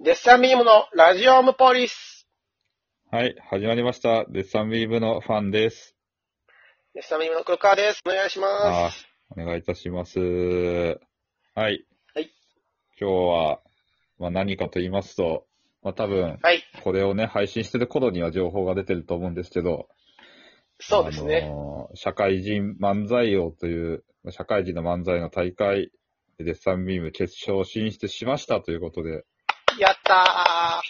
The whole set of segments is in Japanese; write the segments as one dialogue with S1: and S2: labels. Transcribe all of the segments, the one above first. S1: デッサンビームのラジオムポリス。
S2: はい、始まりました。デッサンビームのファンです。
S1: デッサンビームの黒川です。お願いしま
S2: あ
S1: す。
S2: お願いいたします。はい。
S1: はい
S2: 今日は、まあ、何かと言いますと、まあ、多分、
S1: はい、
S2: これをね、配信してる頃には情報が出てると思うんですけど、
S1: そうです
S2: あ
S1: ね。
S2: のー社会人漫才王という、まあ社会人の漫才の大会、デッサンビーム決勝進出しましたということで、
S1: やった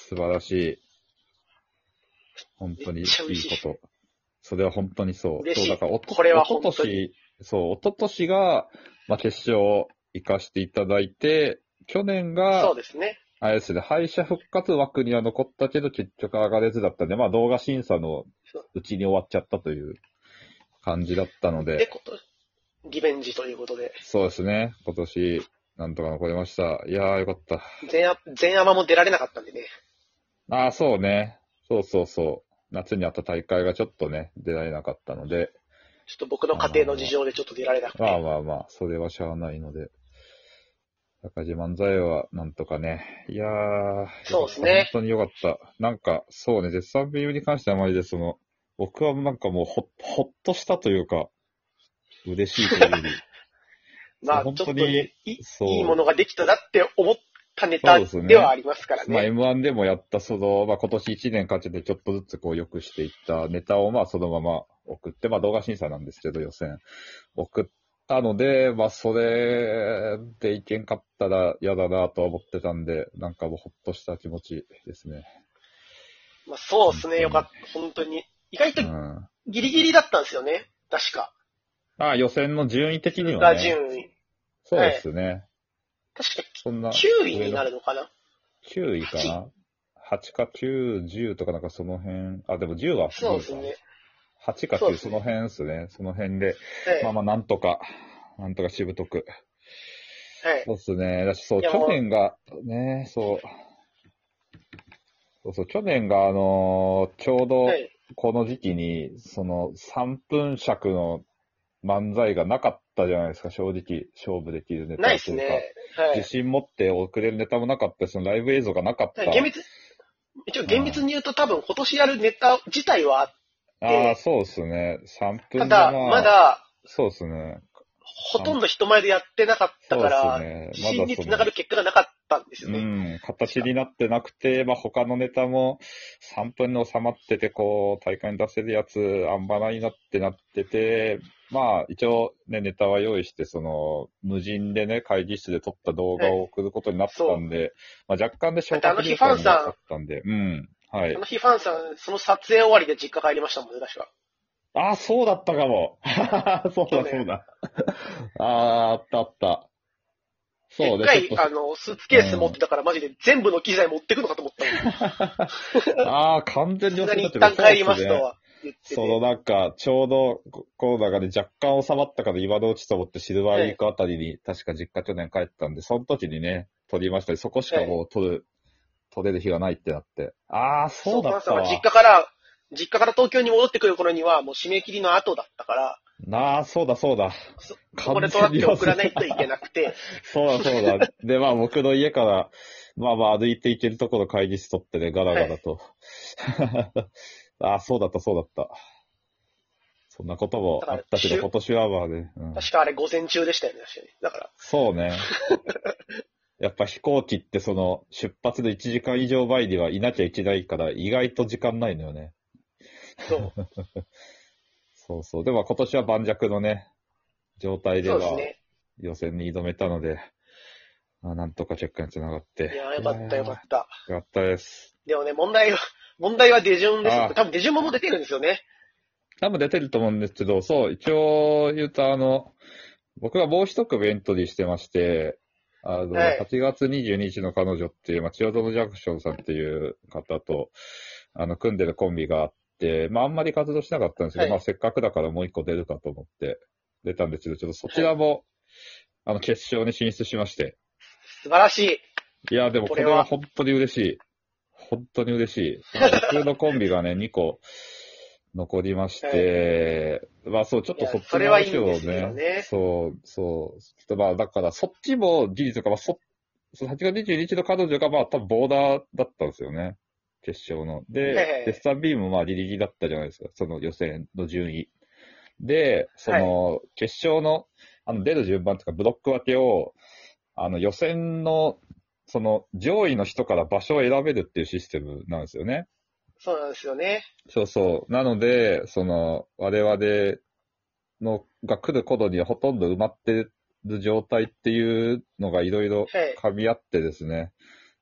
S2: 素晴らしい。本当にいいこと。それは本当にそう。
S1: 嬉
S2: そ、
S1: しいう
S2: だからおと、
S1: これは
S2: お
S1: 本
S2: と
S1: 当
S2: と
S1: に
S2: し、そう、おととしが、まあ、決勝を生かしていただいて、去年
S1: ー。そ
S2: が
S1: う、ですね。
S2: あれですね、敗者復活枠には残ったけど、結局上がれずだったんで、まあ動画審査のうちに終わっちゃったという感じだったの
S1: で、こと、リベンジということで。
S2: そうですね。今年、なんとか残りました。いやー、よかった。
S1: 全ア、全アマも出られなかったんでね。
S2: ああ、そうね。そうそうそう。夏にあった大会がちょっとね、出られなかったので、
S1: ちょっと僕の家庭の事情でちょっと出られなくて。
S2: まあまあまあ、それはしゃあないので。高地漫才はなんとかね。いやー、
S1: そうですね
S2: 本当に良かった。なんか、そうね、絶賛ビームに関してはマジでその、僕はなんかもうほ、ほっとしたというか、嬉しいというより
S1: まあ、ちょ
S2: 本
S1: っと
S2: 当
S1: ねい
S2: に
S1: い
S2: そう
S1: いものができたなって思ったネタ
S2: そうですね
S1: ではありますから
S2: まあ、
S1: ね。
S2: M1 でもやった、その、まあ、今年1年かけてちょっとずつこう良くしていったネタを、まあ、そのまま送って、まあ、動画審査なんですけど、予選。送ったので、まあ、それでいけんかったら嫌だなとは思ってたんで、なんかもうほっとした気持ちですね。
S1: まあ、そうですね。よ
S2: 本当に
S1: かった。本当に。意外
S2: う
S1: と
S2: ん。
S1: ギリギリだったんですよね。確か。
S2: ああ、予選の順位的には
S1: が
S2: ね。
S1: 順位。
S2: そうですね。
S1: 確か
S2: そんな。
S1: 9位になるのかな
S2: 9位かな ?8 か9、10とかなんかその辺。あ、でも10は
S1: そうですね。
S2: 8か
S1: そうで
S2: 9、
S1: す
S2: そ
S1: ね
S2: の辺ですね。その辺で。
S1: はい
S2: まあまあ、なんとか、なんとかしぶとく。
S1: はい。
S2: そうっすね。だし、そう、
S1: いやもう
S2: 去年が、ね、そう。そうそう、去年が、あのーちょうど
S1: は、い。
S2: この時期に、その、3分尺の漫才がなかったじゃないですか、正直、勝負できるネタというか。
S1: ないですね。はい
S2: 自。信持って送れるネタもなかったし、そのライブ映像がなかった。
S1: はい厳密、一応厳密に言うと多分今年やるネタ自体はあっ
S2: ああ、そうっすね。3分
S1: た
S2: でま
S1: だ、
S2: あ
S1: ま、だ、
S2: そうっすね。
S1: ほとんど人前でやってなかったか
S2: そう
S1: ら、
S2: っすね。
S1: 自
S2: まだ
S1: 信につながる結果がなかったんですよ
S2: う
S1: ね。
S2: ん、形になってなくて、まあ、他のネタも3分に収まってて、こう、大会に出せるやつ、あんまないなってなってて、まあ、一応ね、ネタは用意して、その、無人でね、会議室で撮った動画を送ることになったんで、まあ、若干で消化不良感があったんで、うん、は
S1: あ
S2: い。
S1: の日ファンさん、その撮影終わりで実家帰りましたもんね、確か。
S2: ああ、そうだったかも。 そうだ、そうだ。ああ、あったあった。
S1: で
S2: そう
S1: っ
S2: ね
S1: か
S2: ちょ
S1: い
S2: っ、と
S1: あの、スーツケース持ってたから、マジで全部の機材持ってくのかと思ったもん。さ
S2: ああ、完全に
S1: すがに
S2: 忘れ
S1: 一
S2: てた
S1: 旦
S2: けどそうっす
S1: 帰
S2: ね
S1: りますとは言って
S2: その
S1: て。
S2: なんか、ちょうどココロナがね、若干収まったから今のうちと思ってシルバーウィークあたりに、確か実家去年帰ってたんで、その時にね、撮りましたね。そこしかもう撮る、撮れる日がないってなって。ああ、そうだ
S1: ファン
S2: っ
S1: さ
S2: た
S1: ん
S2: わ
S1: は。実家から、実家から東京に戻ってくる頃には、もう締め切りの後だったから、
S2: なあ、そうだそうだ。
S1: そそこでトラックを送らないといけなくて、
S2: そうだそうだ。で、まあ僕の家から、まあまあ歩いて行けるところ会議室取ってね、ガラガラと。 ああ、そうだったそうだった。そんなこともあったけ
S1: だか
S2: ど、
S1: ら
S2: 今年はまあね。うん
S1: 確かあれ午前中でしたよね、確かに。だから、
S2: そうね。 やっぱ飛行機ってその出発で1時間以上前にはいなきゃいけないから意外と時間ないのよね。
S1: そう。
S2: そうそう。でも今年は盤石のね、状態で
S1: そう
S2: は
S1: ですね。
S2: 予選に挑めたので、まあ、なんとか結果につながって。
S1: いやー、よかったよか
S2: た。
S1: った。
S2: よかったです。
S1: でもね、問題は、 問題は手順です
S2: ああ。
S1: 多分手順ももう出てるんですよね。
S2: 多分出てると思うんですけど、そう、一応言うとあの、僕がもう一組エントリーしてまして、あの、
S1: はい
S2: 8月22日の彼女っていう、まあ、千代園ジャクションさんっていう方と、あの、組んでるコンビがあって、まあ、あんまり活動しなかったんですけど、
S1: はい
S2: まあ、せっかくだからもう一個出るかと思って、出たんですけど、ちょっとそちらも、あの、決勝に進出しまして。
S1: 素晴らしい。
S2: いや、でも
S1: こ
S2: こ
S1: れ
S2: れ
S1: は
S2: は本当に嬉しい。本当に嬉し い。普通のコンビがね、2個残りまして、まあそう、ちょっとそっち
S1: いやそれ
S2: の
S1: はいいん
S2: 話を
S1: ですよね
S2: ね、そう、そう、ちょっとまあだからそっちも技術とか、まあそその8月21日の彼女が、まあ、多分ボーダーだったんですよね。決勝の。
S1: え
S2: で
S1: え、
S2: デッサンビームもまあ、ギリギリだったじゃないですか。その予選の順位。で、その、決勝の、あの、出る順番とか、ブロック分けを、あの、予選の、その、上位の人から場所を選べるっていうシステムなんですよね。
S1: そうなんですよね。
S2: そうそう。なので、その、我々の、が来る頃にはほとんど埋まってる状態っていうのがいろいろ
S1: はい。
S2: 噛み合ってですね、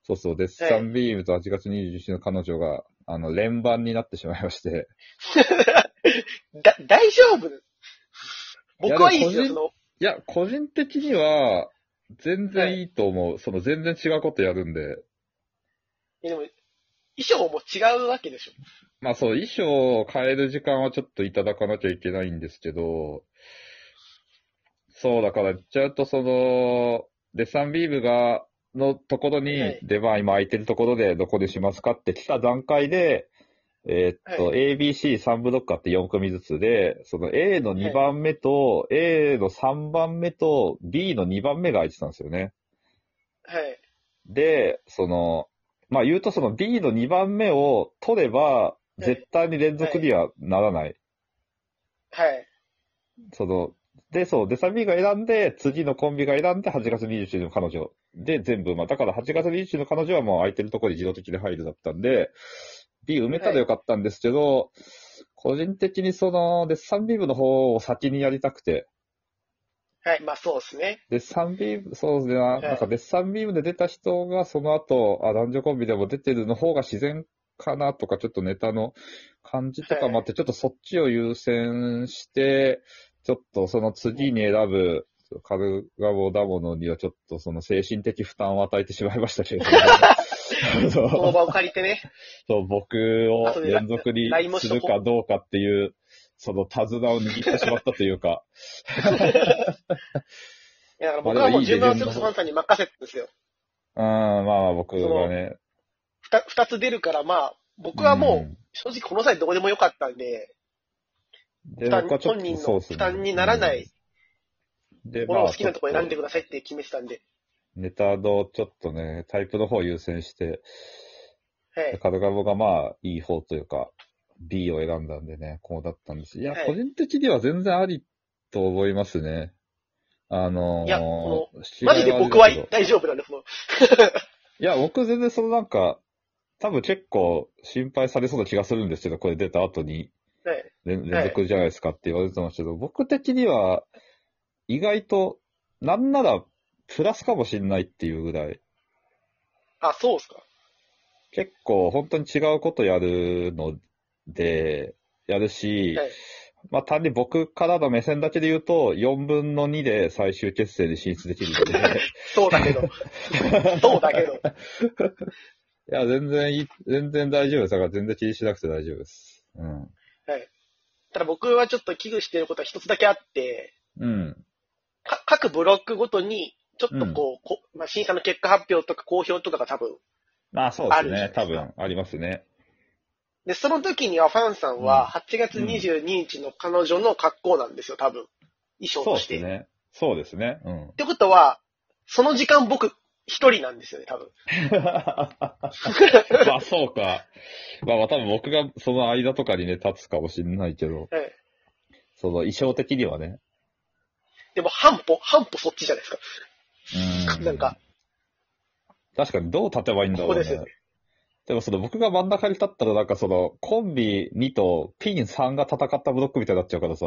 S2: そうそう、デッサンビームと8月21日の彼女が、あの、連番になってしまいまして、
S1: だ、大丈夫僕はいいですよ、
S2: いやで
S1: そ
S2: も
S1: の、
S2: いや、個人的には、全然いいと思う。その、全然違うことやるんで、
S1: いやでも、衣装も違うわけでしょ。
S2: まあそう、衣装を変える時間はちょっといただかなきゃいけないんですけど、そう、だから、ちゃんとその、デサンビームが、のところ
S1: は
S2: に
S1: い、
S2: 出番今空いてるところでどこでしますかって来た段階で、えーっと、
S1: は
S2: ABC3 ブロックあって4組ずつで、その A の2番目と、A の3番目と B の2番目が空いてたんですよね。
S1: はい。
S2: で、その、まあ言うとその B の2番目を取れば、
S1: い
S2: 絶対に連続にはならない。
S1: はい。
S2: その、で、そう、デサビーが選んで、次のコンビが選んで、8月21日の彼女。で、全部、まあ、だから8月21日の彼女はもう空いてるところに自動的に入るだったんで、B 埋めたらよかったんですけど、個人的にその、デッサンビームの方を先にやりたくて、
S1: はい。まあそうです ね。
S2: デッサンビーム、そうですね、
S1: い
S2: なんかデッサンビームで出た人がその後、あ、男女コンビでも出てるの方が自然かなとか、ちょっとネタの感じとかもあって、ちょっとそっちを優先して、ちょっとその次に選ぶ、カルガモだものにはちょっとその精神的負担を与えてしまいましたけれども、あ
S1: この
S2: の
S1: 場を借りてね。
S2: そう僕を連続に
S1: ラインもし
S2: す
S1: と
S2: る
S1: こう
S2: かどうかっていう、その手綱を握ってしまったというか、
S1: いやだから僕はもう順番を
S2: まあ
S1: セブ
S2: でもいいレジェンド
S1: スマンさんに任せてるんですよ。
S2: うん、まあまあ僕がね、
S1: 二二つ出るから、まあ、僕はも
S2: う、
S1: うん正直この際どこでもよかったんで、
S2: で
S1: 負担
S2: 僕はちょっと
S1: 本人の
S2: そうっすね
S1: 負担にならない
S2: うんで、
S1: 俺
S2: ま
S1: の
S2: あ、
S1: 好きなとこ選んで
S2: ちょっ
S1: くださいって決めてたんで。
S2: とネタのちょっとね、タイプの方を優先して、
S1: はい。
S2: カルガモがまあ、いい方というか、B を選んだんでね、こうだったんです。いや、
S1: はい
S2: 個人的には全然ありと思いますね。あのー、
S1: いやこ
S2: 知り合
S1: マ
S2: い
S1: ジで
S2: はあれだけど
S1: 僕は大丈夫なんですもん。
S2: いや、僕全然そのなんか、多分結構心配されそうな気がするんですけど、これ出た後に。
S1: はい。
S2: 連
S1: はい
S2: 連続じゃないですかって言われてましたけど、僕的には、意外と、なんなら、プラスかもしれないっていうぐらい、
S1: あ、そうっすか。
S2: 結構本当に違うことやるので、やるし、
S1: はい
S2: まあ単に僕からの目線だけで言うと、4分の2で最終決戦に進出できるの で、
S1: そうだけど。そうだけど。
S2: いや、全然いい、全然大丈夫です。だから全然気にしなくて大丈夫です。うん。
S1: ただ僕はちょっと危惧していることは一つだけあって、
S2: うん。
S1: か各ブロックごとに、ちょっとこう、こまあ、審査の結果発表とか公表とかが多分。
S2: まあそうで
S1: あ
S2: す
S1: るじゃない
S2: ね
S1: で。すか
S2: 多分、ありますね。
S1: で、その時にはファンさんは8月22日の彼女の格好なんですよ、多分。衣装
S2: そ
S1: と
S2: うで
S1: し
S2: す
S1: て。
S2: ね。そうですね。うん
S1: っ。てことは、その時間僕一人なんですよね、多分。
S2: まあそうか。まあまあ多分僕がその間とかにね、立つかもしれないけど、
S1: はい。
S2: その衣装的にはね。
S1: でも半歩、半歩そっちじゃないですか。
S2: う
S1: なんか。
S2: 確かにどう立てばいいんだろう
S1: ここ
S2: ね。
S1: ですよね
S2: でもその僕が真ん中に立ったらなんかそのコンビ2とピン3が戦ったブロックみたいになっちゃ うからさ。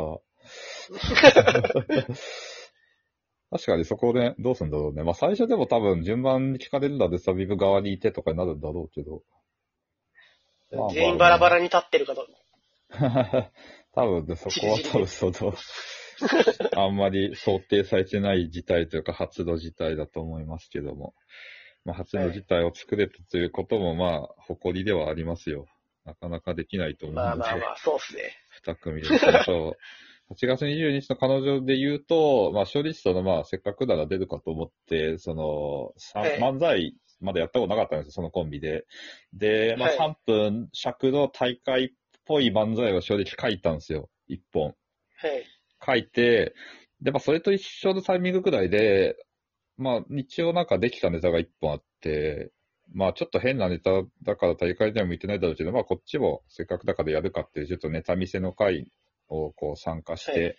S2: 確かにそこでどうすんだろうね。まあ最初でも多分順番に聞かれるんだでサビブ側にいてとかになるんだろうけど。まあまあ
S1: 全員バラバラに立ってるかと。
S2: 多分ね、そこは多分そ の、あんまり想定されてない事態というか、発動事態だと思いますけども、まあ、初の事態を作れたということも、まあ、誇りではありますよ。なかなかできないと思う
S1: まあ
S2: の
S1: まあ
S2: で
S1: ま、あ、そうっすね。
S2: 二組ですね。そう。8月22日の彼女で言うと、まあ、勝利ストの、まあ、せっかくなら出るかと思って、その、さん
S1: ええ
S2: 漫才、まだやったことなかったんですよ、そのコンビで。で、まあ、
S1: はい
S2: 3分尺の大会っぽい漫才を正直書いたんですよ、1本。
S1: はい。
S2: 書いて、で、まあ、それと一緒のタイミングくらいで、まあ、一応なんかできたネタが一本あって、まあ、ちょっと変なネタだから大会では向いてないだろうけど、まあ、こっちもせっかくだからやるかっていう、ちょっとネタ見せの会をこう参加し
S1: は
S2: て、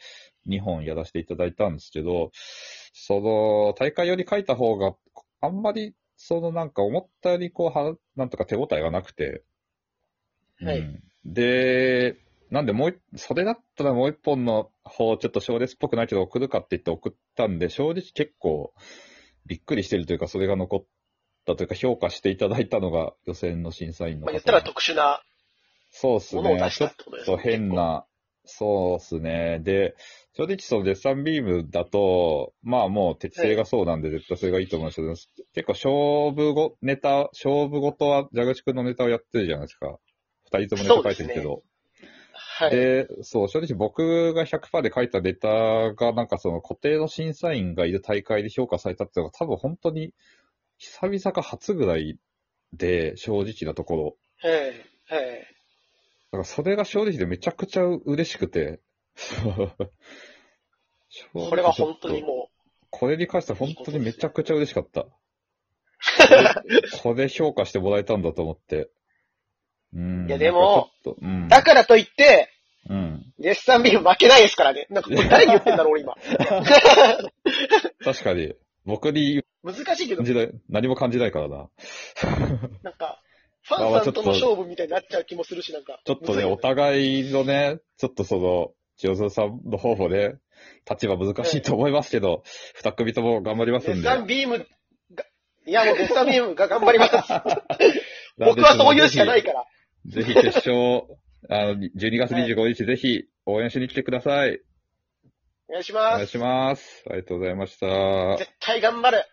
S2: 2本やらせていただいたんですけど、その、大会より書いた方が、あんまり、そのなんか思ったよりこうは、なんとか手応えがなくて、
S1: はい
S2: うんで、なんでもう一、それだったらもう一本の方、ちょっと賞レースっぽくないけど送るかって言って送ったんで、正直結構びっくりしてるというか、それが残ったというか、評価していただいたのが予選の審査員の
S1: まあ、
S2: 方。
S1: 言ったら特殊な
S2: そうっす
S1: ものを
S2: ね
S1: 出。し
S2: ち
S1: た
S2: ょっ
S1: ってことです
S2: と
S1: ね。
S2: 変な、そうっすね。で、正直そのデッサンビームだと、まあもう適性がそうなんで絶対それがいいと思うんですけど、結構勝負ご、ネタ、勝負ごとは蛇口くんのネタをやってるじゃないですか。二人ともネタ書いてるけど。
S1: はい。
S2: で、そう、正直僕が100%で書いたネタが、なんかその固定の審査員がいる大会で評価されたっていうのが多分本当に久々か初ぐらいで、正直なところ。
S1: はい。はい。
S2: だからそれが正直でめちゃくちゃ嬉しくて。
S1: これは本当に
S2: う。
S1: も
S2: これに関しては本当にめちゃくちゃ嬉しか った。これ評価してもらえたんだと思って。うん。
S1: いやでも
S2: なんかちょっと、うん
S1: う、。だからといって、
S2: うん。
S1: デッサンビーム負けないですからね。なんか、これ誰に言ってんだろう、俺今。
S2: 確かに、僕に
S1: 難しいけど
S2: 感、じない、何も感じないからな。
S1: なんか、ファンさんとの勝負みたいになっちゃう気もするし、なんか。
S2: ちょっと
S1: 難し
S2: ね、
S1: い
S2: お互いのね、ちょっとその、千代蔵さんの方もね、立場難しいと思いますけど、二組とも頑張ります
S1: デ
S2: ん
S1: ッ
S2: で。
S1: サンビームが、いやもうデッサンビームが頑張り ます。
S2: なん
S1: 僕
S2: で
S1: はそういうしかないから。
S2: ぜひぜひ決勝、あの、12月25日、ぜひ応援しに来てください。
S1: お願いし
S2: お
S1: ま
S2: 願い
S1: す。
S2: します。ありがとうございました。
S1: 絶対頑張る。